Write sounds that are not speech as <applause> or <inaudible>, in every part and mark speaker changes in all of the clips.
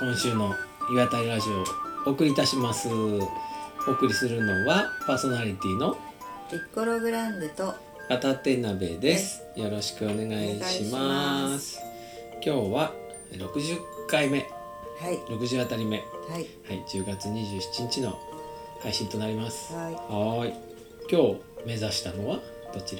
Speaker 1: 今週の岩谷ラジオをお送りいたしますお送りするのはパーソナリティの
Speaker 2: ピッコログランデと
Speaker 1: 片手鍋です、よろしくお願いします
Speaker 2: お願いしま
Speaker 1: 今日は60回目
Speaker 2: はい
Speaker 1: 60あたり目は
Speaker 2: はい
Speaker 1: い10月27日の配信となりますは
Speaker 2: はい
Speaker 1: ーい今日目指したのはどち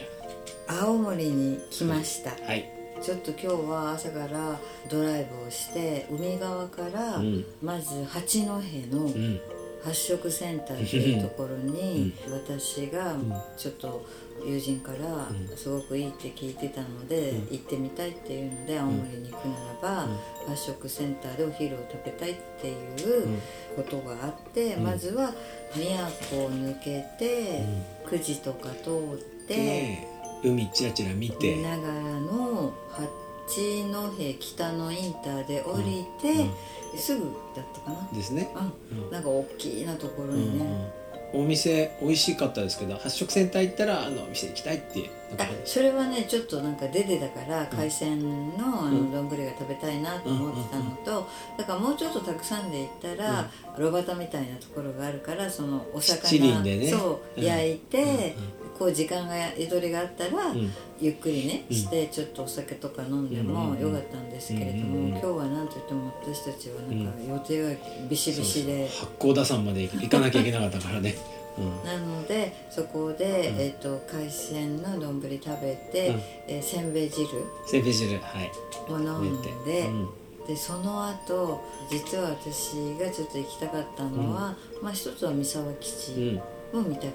Speaker 2: 青森に来ました、
Speaker 1: らはい
Speaker 2: ちょっと今日は朝からドライブをして海側から、
Speaker 1: うん
Speaker 2: まず八戸の
Speaker 1: うん
Speaker 2: 発色センターというところに私が
Speaker 1: ん
Speaker 2: ちょっと友人から
Speaker 1: ん
Speaker 2: すごくいいって聞いてたので
Speaker 1: うん
Speaker 2: 行ってみたいっていうので青森に行くならば発色センターでお昼を食べたいっていううんことがあってまずは宮古を抜けて久慈とか通って
Speaker 1: で海ちらちら見て
Speaker 2: 見ながらの八戸北のインターで降りて
Speaker 1: うん
Speaker 2: すぐだったかな。
Speaker 1: ですね
Speaker 2: うん
Speaker 1: うん
Speaker 2: なんか大きなところ
Speaker 1: うん
Speaker 2: にね、
Speaker 1: うんお店美味しかったですけど発色センター行ったらあのお店行きたいってなんか
Speaker 2: あそれはねちょっとなんか出てたから海鮮のあの丼が食べたいなと思ってたのとだからもうちょっとたくさんで行ったら炉端みたいなところがあるからそのお
Speaker 1: 七輪
Speaker 2: 魚、
Speaker 1: でね
Speaker 2: そう
Speaker 1: うん
Speaker 2: 焼いて、
Speaker 1: うんうん
Speaker 2: こう時間がゆとりがあったら、
Speaker 1: うん
Speaker 2: ゆっくりね
Speaker 1: うん
Speaker 2: してちょっとお酒とか飲んでもよかったんですけれども、
Speaker 1: うんうんうん
Speaker 2: 今日はなんといっても私たちはなんか予定がビシビシで。
Speaker 1: 八甲田山まで行かなきゃいけなかったからね、 <laughs> うん
Speaker 2: なのでそこで、えっと海鮮の丼食べて、
Speaker 1: うん
Speaker 2: えーせんべい汁
Speaker 1: センペ汁はい
Speaker 2: を飲んで
Speaker 1: 入れて、うん
Speaker 2: でその後実は私がちょっと行きたかったのは、まあ一つは三沢基地を見たかっ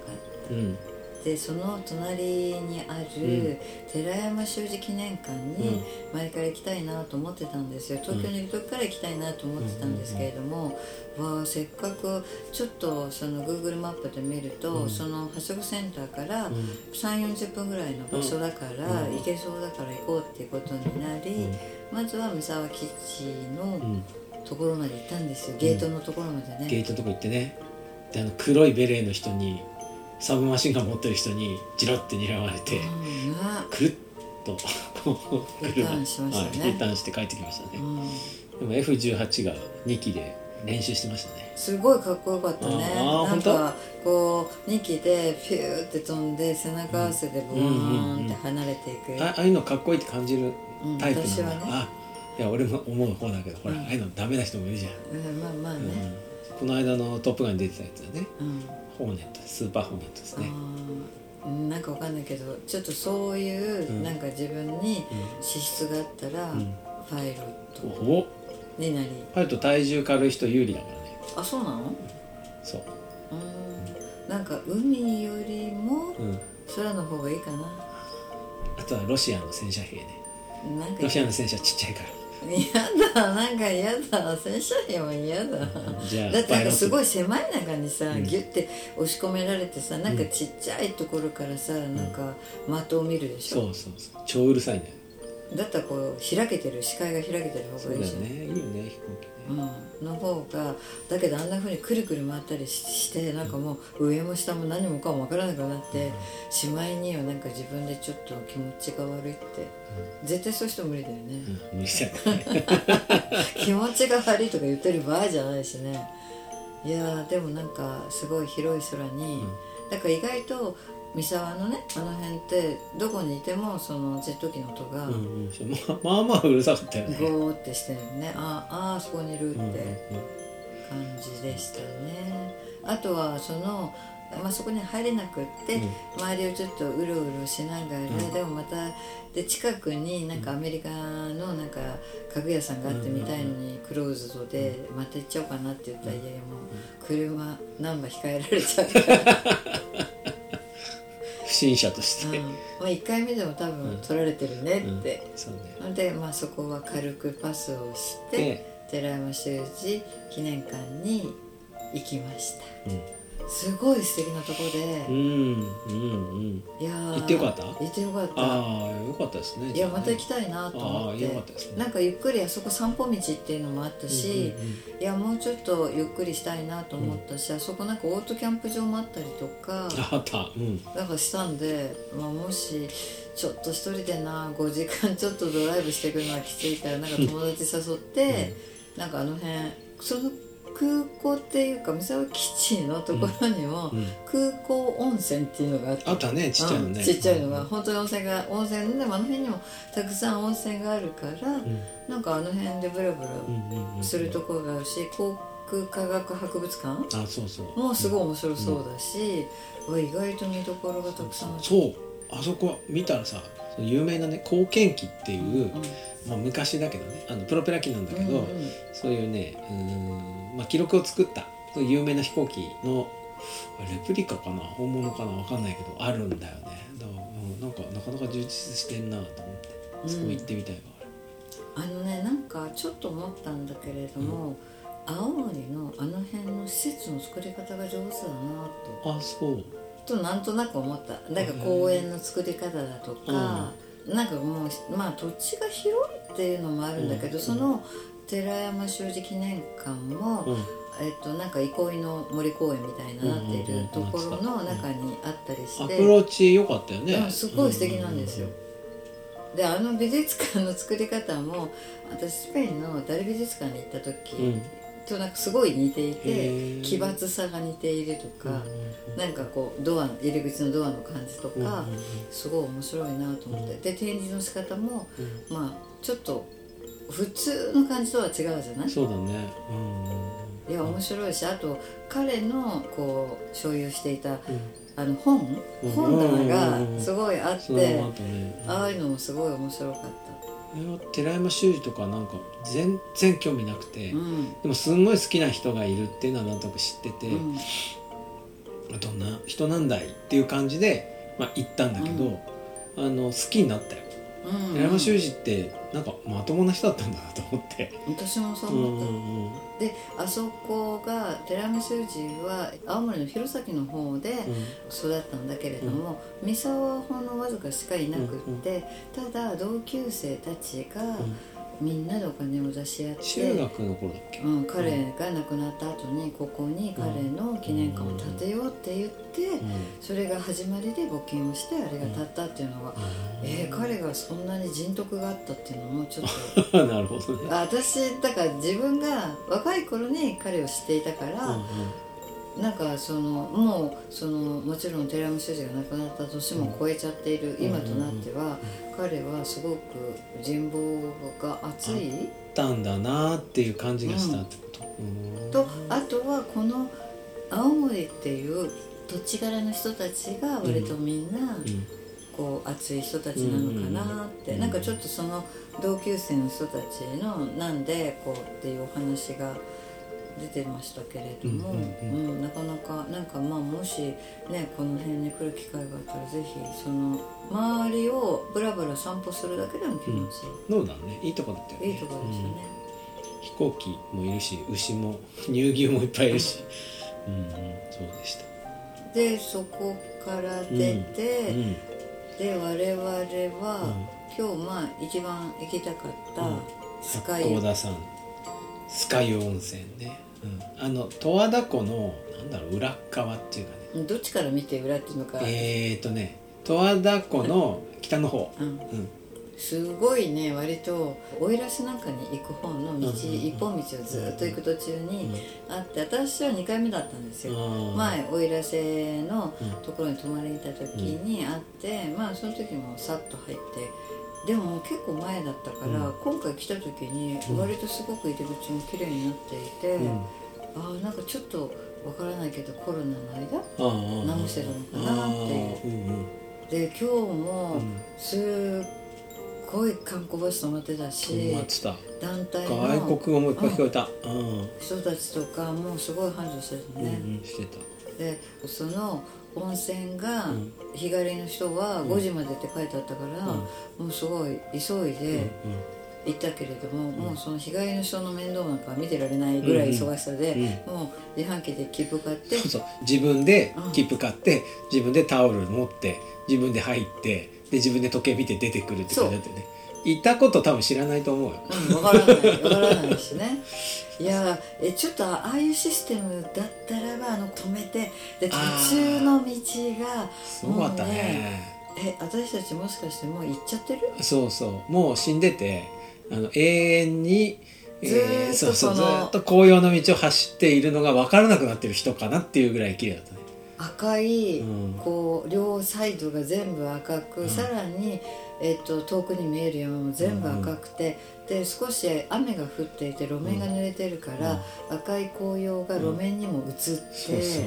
Speaker 2: た。
Speaker 1: うん
Speaker 2: でその隣にあ
Speaker 1: うん
Speaker 2: る寺山修司記念館
Speaker 1: うん
Speaker 2: に前から行きたいなと思ってたんですよ東京にいる時から行きたいなと思ってたんですけれども、わあせっかくちょっとその Google マップで見ると、
Speaker 1: うん
Speaker 2: その発色センターから
Speaker 1: うん
Speaker 2: 3 4 0分ぐらいの場所だから、
Speaker 1: うん
Speaker 2: 行けそうだから行こうっていうことになり、
Speaker 1: うん
Speaker 2: まずは三沢基地の
Speaker 1: うん
Speaker 2: ところまで行ったんですよゲートのところまで
Speaker 1: ゲー
Speaker 2: ね、
Speaker 1: トのとこ行ってねであの黒いベレーの人にサブマシンガン持ってる人にジロって睨まれて、
Speaker 2: うんが
Speaker 1: くるっとこう
Speaker 2: <laughs> リターンしました
Speaker 1: <laughs>
Speaker 2: ね
Speaker 1: はいリターンして帰ってきました
Speaker 2: う
Speaker 1: ね、
Speaker 2: ん
Speaker 1: でも F18 が2機で練習してましたね
Speaker 2: すごいかっこよかったね
Speaker 1: あー
Speaker 2: なんかこう2機でピューって飛んで背中合わせでボーンって離れていく、
Speaker 1: あああいうのかっこいいって感じる
Speaker 2: うん
Speaker 1: タイプなん
Speaker 2: 私
Speaker 1: だ、
Speaker 2: はね
Speaker 1: あいや俺も思う方だけどほら、
Speaker 2: うん
Speaker 1: ああいうのダメな人もいるじゃん、
Speaker 2: うん、まあまあ
Speaker 1: うん
Speaker 2: ね、
Speaker 1: この間の「トップガン」に出てたやつだね
Speaker 2: うん
Speaker 1: ホーネットスーパーホーネットですね、
Speaker 2: あーうんなんかわかんないけどちょっとそういう、
Speaker 1: うん
Speaker 2: なんか自分に
Speaker 1: うん
Speaker 2: 資質があったら、
Speaker 1: うん
Speaker 2: パイロット
Speaker 1: おお
Speaker 2: になり
Speaker 1: パイロット体重軽い人有利だからね
Speaker 2: あそうなの
Speaker 1: そう、
Speaker 2: うんなんか海よりも
Speaker 1: うん、
Speaker 2: 空の方がいいかな
Speaker 1: あとはロシアの戦車兵ね
Speaker 2: な
Speaker 1: <laughs>
Speaker 2: んか
Speaker 1: ロシアの戦車ちっちゃいから
Speaker 2: 嫌だなんか嫌だ洗車費も嫌だ
Speaker 1: じゃあ
Speaker 2: だってなんかすご
Speaker 1: い
Speaker 2: い狭い中にさ、
Speaker 1: うん
Speaker 2: ギュッて押し込められてさなんか
Speaker 1: うん
Speaker 2: ちっちゃいところからさ、なんか的を見るでし
Speaker 1: そ
Speaker 2: ょ
Speaker 1: うそうそう超うるさいね
Speaker 2: だったらこう開けてる視界が開けてる
Speaker 1: そ
Speaker 2: 方
Speaker 1: う
Speaker 2: がいい
Speaker 1: だよ
Speaker 2: じゃ
Speaker 1: ね
Speaker 2: ん
Speaker 1: いいよね飛行機ね
Speaker 2: うん、の方がだけどあんなふうにくるくる回ったりししてなんかもう上も下も何もかもわからなくなってしまいにはなんか自分でちょっと気持ちが悪いって絶対そういう人無理だよね、
Speaker 1: うん無理だよね
Speaker 2: 気持ちが悪いとか言ってる場合じゃないしねいやーでもなんかすごい広い空に、だから意外と三沢のねあの辺ってどこにいてもそのジェット機の音
Speaker 1: <laughs>
Speaker 2: が
Speaker 1: うん <laughs> うんまあまあまあうるさかったよね
Speaker 2: ゴーってしてるよね、あああーそこにいるっ
Speaker 1: うんうん
Speaker 2: て感じでしたねあとはその、まあ、そこに入れなくって、
Speaker 1: うん
Speaker 2: 周りをちょっとうろうろしながら、
Speaker 1: ん
Speaker 2: でもまたで近くになんかアメリカのなんか家具屋さんがあってみたいのにクローズドでまた行っちゃおうかなって言ったらいやいやもう車ナンバー控えられちゃ
Speaker 1: <laughs>
Speaker 2: うから、
Speaker 1: 不審者とし
Speaker 2: う
Speaker 1: て、
Speaker 2: んまあ、1回目でも多分取られてるね
Speaker 1: うん
Speaker 2: って、
Speaker 1: そうね
Speaker 2: ほん、で、まあ、そこは軽くパスをして、
Speaker 1: で、
Speaker 2: 寺山修司記念館に行きました
Speaker 1: うん、
Speaker 2: すごい素敵なとこで、
Speaker 1: うんうんうん
Speaker 2: いやー
Speaker 1: 行ってよかった
Speaker 2: 行ってよかった
Speaker 1: ああよかったですね
Speaker 2: いやまた行
Speaker 1: た
Speaker 2: きたいなと
Speaker 1: あ
Speaker 2: 思
Speaker 1: あ
Speaker 2: っ
Speaker 1: よか
Speaker 2: て
Speaker 1: ったですね
Speaker 2: なんかゆっくりあそこ散歩道っていうのもあったし、いやもうちょっとゆっくりしたいなと思ったし、あそこなんかオートキャンプ場もあったりとか
Speaker 1: ああったうん
Speaker 2: なんかしたんで、まあ、もしちょっと一人でな5時間ちょっとドライブしてくるのはきついからなんか友達誘って、なんかあの辺その空港っていうか三沢基地のところにも
Speaker 1: うん
Speaker 2: 空港温泉っていうのがあって
Speaker 1: あったねちっちゃいのね、
Speaker 2: うんちっちゃいのが本当に温泉が温泉でもあの辺にもたくさん温泉があるから、なんかあの辺でブラブ
Speaker 1: う
Speaker 2: ラ
Speaker 1: んうんうんうん
Speaker 2: するところがあるし航空科学博物館
Speaker 1: あそうそう
Speaker 2: もすごい面白そうだし、うわ意外と見どころがたくさんある
Speaker 1: そうあそこ見たらさその有名なね貢献機っていう、まあ、昔だけどねあのプロペラ機なんだけど、
Speaker 2: うんうん
Speaker 1: そういうねうーん、まあ、記録を作ったそういう有名な飛行機のあレプリカかな本物かなわかんないけどあるんだよねだからうんなんかなかなか充実してんなと思ってそこ行ってみたいわ、
Speaker 2: あのねなんかちょっと思ったんだけれども、青森のあの辺の施設の作り方が上手だなと
Speaker 1: あそう
Speaker 2: となんとなく思ったなんか公園の作り方だとか、なんかもうまあ土地が広いっていうのもあるんだけど、
Speaker 1: うん
Speaker 2: その寺山修司記念館も、
Speaker 1: うん
Speaker 2: えっと、なんか憩いの森公園みたいななっているところの中にあったりして、
Speaker 1: アプローチ良かったよね、
Speaker 2: うんすごい素敵なんですよ、であの美術館の作り方も私スペインのダル美術館に行った時、
Speaker 1: うん
Speaker 2: となんかすごい似てい
Speaker 1: へ
Speaker 2: て
Speaker 1: ー
Speaker 2: 奇抜さが似ていると
Speaker 1: うんう
Speaker 2: か、なんかこうドア入り口のドアの感じと
Speaker 1: ん
Speaker 2: か、
Speaker 1: うんうん
Speaker 2: すごい面白いなと思って、
Speaker 1: うん
Speaker 2: で展示の仕方も
Speaker 1: うん
Speaker 2: まあちょっと普通の感じとは違うじゃない
Speaker 1: そうだねうんうんうん
Speaker 2: いや面白いしあと彼のこう所有していた
Speaker 1: うん
Speaker 2: あの本
Speaker 1: うん
Speaker 2: 本棚がすごいあっ
Speaker 1: それ
Speaker 2: て
Speaker 1: もあとね
Speaker 2: ああいうのもすごい面白かっ
Speaker 1: 俺は寺山修司とかなんか全然興味なくて、
Speaker 2: たうん
Speaker 1: でもすんごい好きな人がいるっていうのはなんとなく知ってて、
Speaker 2: うん
Speaker 1: どんな人なんだいっていう感じで、まあ、行ったんだけど、あの好きになったよ
Speaker 2: うん
Speaker 1: 寺山修司ってなんかまともな人だったんだなと思って
Speaker 2: 私もそう
Speaker 1: う
Speaker 2: 思
Speaker 1: ん
Speaker 2: った、
Speaker 1: うんうん
Speaker 2: であそこが寺山修司は青森の弘前の方で育ったんだけれども、三沢はほんのわずかしかいなくって、ただ同級生たちが
Speaker 1: ん
Speaker 2: みんなでお金を出し合って、
Speaker 1: 中学の頃だっけ、
Speaker 2: うん、彼が亡くなった後にここに彼の記念館を建てようって言って、
Speaker 1: うん
Speaker 2: それが始まりで募金をしてあれが建ったっていうのが、えー彼がそんなに人徳があったっていうのもちょっと <laughs>
Speaker 1: なるほどね
Speaker 2: あ私だから自分が若い頃に彼を知っていたから、なんかそのもうそのもちろん寺山修司が亡くなった年も超えちゃっている今となっては、彼はすごく人望が厚い。
Speaker 1: たんだなっていう感じがしたってこと、うん
Speaker 2: とあとはこの青森っていう土地柄の人たちが割とみんな
Speaker 1: うん
Speaker 2: こう熱い人たちなのかなって、
Speaker 1: うん
Speaker 2: なんかちょっとその同級生の人たちのなんでこうっていうお話が出てましたけれども、う
Speaker 1: うんんうん
Speaker 2: なかなかなんかまあもしねこの辺に来る機会があったらぜひその周りをぶらぶら散歩するだけでも気持ち
Speaker 1: そうだねいいとこだったよ
Speaker 2: い
Speaker 1: ね
Speaker 2: い、いいところですよね。
Speaker 1: うん飛行機もいるし牛も乳牛もいっぱいいるしうん、うん、そうでした、
Speaker 2: でそこから出て、
Speaker 1: うん
Speaker 2: で我々
Speaker 1: う
Speaker 2: は
Speaker 1: ん、
Speaker 2: 今日まあ一番行きたかった、
Speaker 1: うん
Speaker 2: スカイ
Speaker 1: 八甲田山酸ヶ湯温泉ね、うん、あの十和田湖のなんだろう裏側っていうかね
Speaker 2: どっちから見て裏っていうのか、
Speaker 1: えー、とね十和田湖の北の方、
Speaker 2: うん、
Speaker 1: うん、
Speaker 2: すごいね割と奥入瀬なんかに行く方の
Speaker 1: うん
Speaker 2: 道、
Speaker 1: うんうん
Speaker 2: 一本道をずっと行く途中にあって私は2回目だったんですよ、
Speaker 1: うん
Speaker 2: 前奥入瀬の
Speaker 1: うん
Speaker 2: ところに泊まりに行った時にあって、まあその時もさっと入ってでももう結構前だったから、
Speaker 1: うん
Speaker 2: 今回来た時に
Speaker 1: うん
Speaker 2: 割とすごく入り口も綺麗になっていて、
Speaker 1: うん
Speaker 2: あーなんかちょっとわからないけどコロナの間
Speaker 1: あー
Speaker 2: 直してたのかなって
Speaker 1: うんうん
Speaker 2: で今日
Speaker 1: う
Speaker 2: も
Speaker 1: ん
Speaker 2: すっごい観光バス止まってたし
Speaker 1: 待ってた
Speaker 2: 団体
Speaker 1: 外
Speaker 2: の
Speaker 1: 国語もいっぱい聞こえたうん、
Speaker 2: 人たちとかもすごい繁盛してた
Speaker 1: うん
Speaker 2: ね、
Speaker 1: うんしてた
Speaker 2: でその温泉が
Speaker 1: うん
Speaker 2: 日帰りの人は5時までって書いてあったから、
Speaker 1: うん
Speaker 2: もうすごい急い
Speaker 1: うん
Speaker 2: で行ったけれども、もうその日帰りの人の面倒なんか見てられないぐらい忙しさで、もう自販機で切符買って
Speaker 1: そうそう自分で切符買って自分でタオル持って自分で入ってで自分で時計見て出てくるって感じだったよねいたこと多分知らないと思うよ
Speaker 2: うん、わからないわからないしね
Speaker 1: <laughs>
Speaker 2: いやえちょっとああいうシステムだったらばあの止めてで途中の道が
Speaker 1: すごかったね
Speaker 2: もうえ私たちもしかしてもう行っちゃってる
Speaker 1: そうそうもう死んでてあの永遠に、え
Speaker 2: ずーっと
Speaker 1: えそうそう
Speaker 2: そ
Speaker 1: ず
Speaker 2: の
Speaker 1: ーっと紅葉の道を走っているのが分からなくなってる人かなっていうぐらい綺麗だったね
Speaker 2: 赤い、
Speaker 1: うん
Speaker 2: こう両サイドが全部赤く、
Speaker 1: うん
Speaker 2: さらに、えっと遠くに見える山も全部赤くて、で少し雨が降っていて路面が濡れてるから、赤い紅葉が路面にも映って、
Speaker 1: そうそ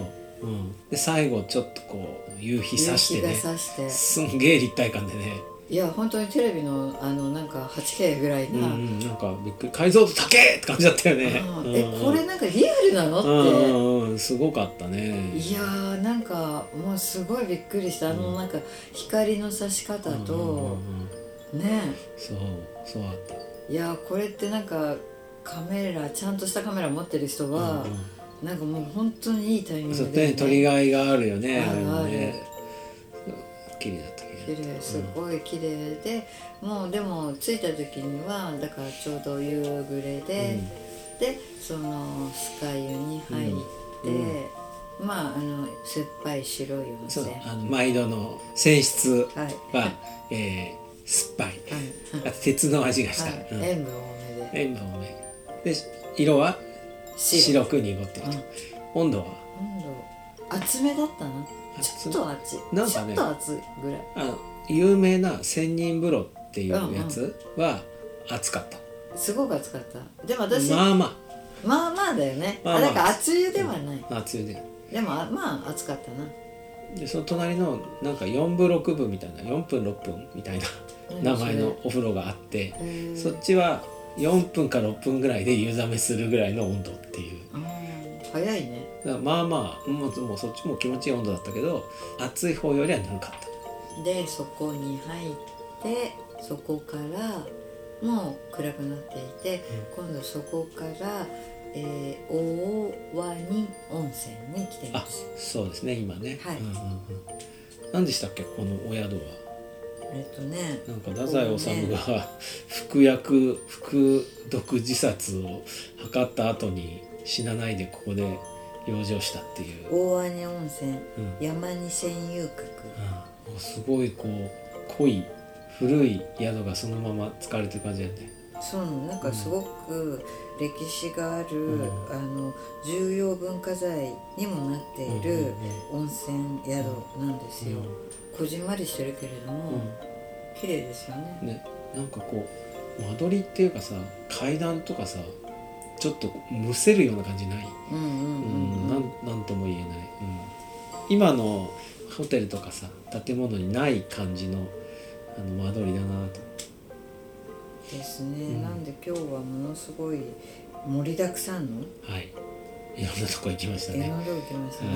Speaker 1: う、うん、で最後ちょっとこう夕日さして
Speaker 2: が
Speaker 1: ね
Speaker 2: 差して
Speaker 1: すんげえ立体感でね、
Speaker 2: いや本当にテレビのあのなんか 8K ぐらい
Speaker 1: うん
Speaker 2: な、
Speaker 1: うん、なんかびっくり解像度高えって感じだったよね、
Speaker 2: あ
Speaker 1: うん
Speaker 2: ーえこれなんかリアルなのっ
Speaker 1: う
Speaker 2: て、
Speaker 1: んうんうんすごかったね
Speaker 2: いやーなんかもうすごいびっくりしたあのなんか光の差し方
Speaker 1: うんうんうん
Speaker 2: と、
Speaker 1: うん
Speaker 2: ね
Speaker 1: そうそうだった
Speaker 2: いやーこれってなんかカメラちゃんとしたカメラ持ってる人は、
Speaker 1: う
Speaker 2: なんかもう本当にいいタイミン
Speaker 1: ん、
Speaker 2: グ
Speaker 1: そ
Speaker 2: で
Speaker 1: う
Speaker 2: ね、
Speaker 1: ね鳥
Speaker 2: が
Speaker 1: がいがあるよね
Speaker 2: あ
Speaker 1: あれ
Speaker 2: る
Speaker 1: も
Speaker 2: ある
Speaker 1: ね綺麗だった
Speaker 2: 綺
Speaker 1: ね
Speaker 2: 麗すごい綺麗で、もうでも着いた時にはだからちょうど夕暮れで、でそのスカイ湯に入って、まああの酸っぱい白い温
Speaker 1: そう
Speaker 2: 泉
Speaker 1: あの毎度の泉質
Speaker 2: はい、
Speaker 1: は、えー酸っぱい
Speaker 2: うん
Speaker 1: あと鉄の味がした、
Speaker 2: はい
Speaker 1: うん
Speaker 2: 塩分多めで
Speaker 1: 塩分多めで色は白く濁ってると、温度は
Speaker 2: 温度厚めだったなちょっと熱い
Speaker 1: なんかね
Speaker 2: ちょっと熱いぐらい
Speaker 1: あの有名な千人風呂っていうやつは熱かった、
Speaker 2: すごく暑かったでも私、まあ、
Speaker 1: まあま
Speaker 2: まあだよね、
Speaker 1: まあ
Speaker 2: あ
Speaker 1: まあ
Speaker 2: だから熱湯ではない、
Speaker 1: あ熱いで
Speaker 2: でもあまあ暑かったな
Speaker 1: でその隣のなんか4分6分みたいな4分6分みたいな名前のお風呂があって
Speaker 2: それへー
Speaker 1: そっちは4分か6分ぐらいで湯冷めするぐらいの温度っていう
Speaker 2: あー早いね
Speaker 1: だからまあまあもうもうそっちも気持ちいい温度だったけど暑い方よりはぬるかった
Speaker 2: でそこに入ってそこからもう暗くなっていて、今度そこから、えー、大鰐温泉に来てい
Speaker 1: あ
Speaker 2: ます
Speaker 1: そうですね今ね、
Speaker 2: はい
Speaker 1: うんうんうん、何でしたっけこのお宿は
Speaker 2: えっとね
Speaker 1: なんか太宰治が服薬服毒自殺を図った後に死なないでここで養生したっていう、うん
Speaker 2: 大鰐温泉
Speaker 1: うん
Speaker 2: 山に仙遊閣
Speaker 1: もうすごいこう濃い古い宿がそのまま使われてる感じだよね
Speaker 2: そうなのなんかすごく歴史がある、
Speaker 1: うん
Speaker 2: あの重要文化財にもなっている温泉宿なんですよ、こじんまりしてるけれども、綺麗ですよね
Speaker 1: ねなんかこう間取りっていうかさ階段とかさちょっとむせるような感じない、
Speaker 2: うんうん
Speaker 1: う
Speaker 2: うん
Speaker 1: ん、なんなんとも言えない、うん、今のホテルとかさ建物にない感じのあの間取りだなと
Speaker 2: ですね、
Speaker 1: ん
Speaker 2: なんで今日はものすごい盛りだくさんの
Speaker 1: はいいろんなとこ行きました
Speaker 2: 江
Speaker 1: ね、
Speaker 2: ノ電来ましたね、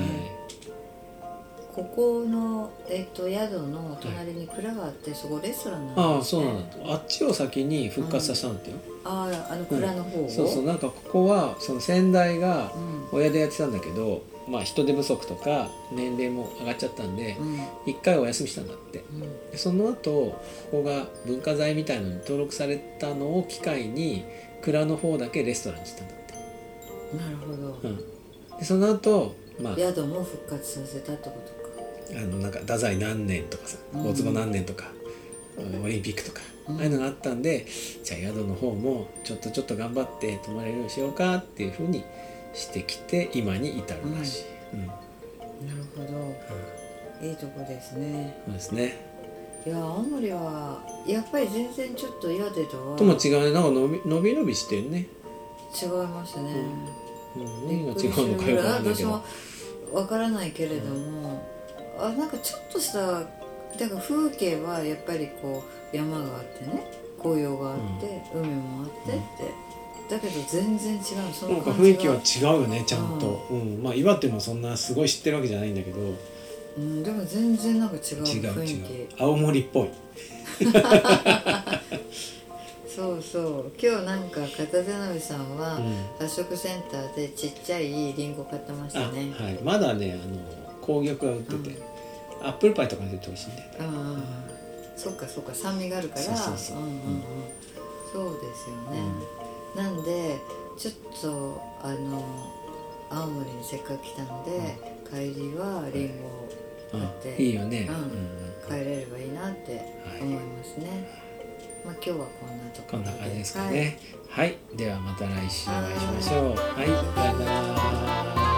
Speaker 1: は
Speaker 2: ここの、えっと、宿の隣に蔵があってそこレストランなんです、ね
Speaker 1: い、ああそうなんだあっちを先に復活させたんだよ、
Speaker 2: あーあの蔵の方を、
Speaker 1: そうそうなんかここはその先代が
Speaker 2: うん
Speaker 1: 親でやってたんだけど、まあ人手不足とか年齢も上がっちゃったんで
Speaker 2: うん
Speaker 1: 一回お休みしたんだって
Speaker 2: うん
Speaker 1: でその後ここが文化財みたいのに登録されたのを機会に蔵の方だけレストランにしたんだって、
Speaker 2: なるほど、
Speaker 1: うん、でその後まあ
Speaker 2: 宿も復活させたってことか
Speaker 1: あのなんか太宰何年とかさ
Speaker 2: うん
Speaker 1: 大坪何年とか、オリンピックとか、
Speaker 2: うん
Speaker 1: ああいうのがあったんでじゃあ宿の方もちょっとちょっと頑張って泊まれるようにしようかっていうふうにしてきて今に至るらしい、うん
Speaker 2: なるほどいいとこですね
Speaker 1: そうですね
Speaker 2: いや青森はやっぱり全然ちょっと岩手とは
Speaker 1: とも違うねなんかのびのびのびしてるね、
Speaker 2: 違いますね、
Speaker 1: うん、
Speaker 2: び
Speaker 1: 何が
Speaker 2: っく
Speaker 1: 違
Speaker 2: りする
Speaker 1: うのかよくわかんないけ
Speaker 2: 私も
Speaker 1: ど
Speaker 2: わからないけれども、あなんかちょっとしただから風景はやっぱりこう山があってね紅葉があって、海もあってって、だけど全然違うそ
Speaker 1: な
Speaker 2: の
Speaker 1: んか
Speaker 2: 感
Speaker 1: 雰
Speaker 2: じ
Speaker 1: 囲気は
Speaker 2: が、
Speaker 1: 違うよねちゃんと、うんまあ岩手もそんなすごい知ってるわけじゃないんだけど
Speaker 2: うん、でも全然なんか違う
Speaker 1: 違う
Speaker 2: 雰囲気
Speaker 1: 違う青森っぽい
Speaker 2: そうそう今日なんか片手鍋さんは、
Speaker 1: うん
Speaker 2: 発色センターでちっちゃいリンゴ買ってまし
Speaker 1: あ
Speaker 2: たね
Speaker 1: はい、まだねあの紅玉が売ってて、
Speaker 2: う
Speaker 1: アップルパイとかに出てほしいんだよね
Speaker 2: うんうんうんそっかそっか酸味があるから
Speaker 1: そうそうそうん
Speaker 2: んんそうですよね、なんでちょっとあの青森にせっかく来たので、帰りはりんごを買っ
Speaker 1: あ
Speaker 2: て
Speaker 1: いいよね、
Speaker 2: うん
Speaker 1: うんうん
Speaker 2: 帰れればいいなって
Speaker 1: はい
Speaker 2: 思いますね、まあ、今日はこんなとこ
Speaker 1: こ
Speaker 2: ろ
Speaker 1: んな感じですかねはい、ではまた来週お会いしましょうはいさよなら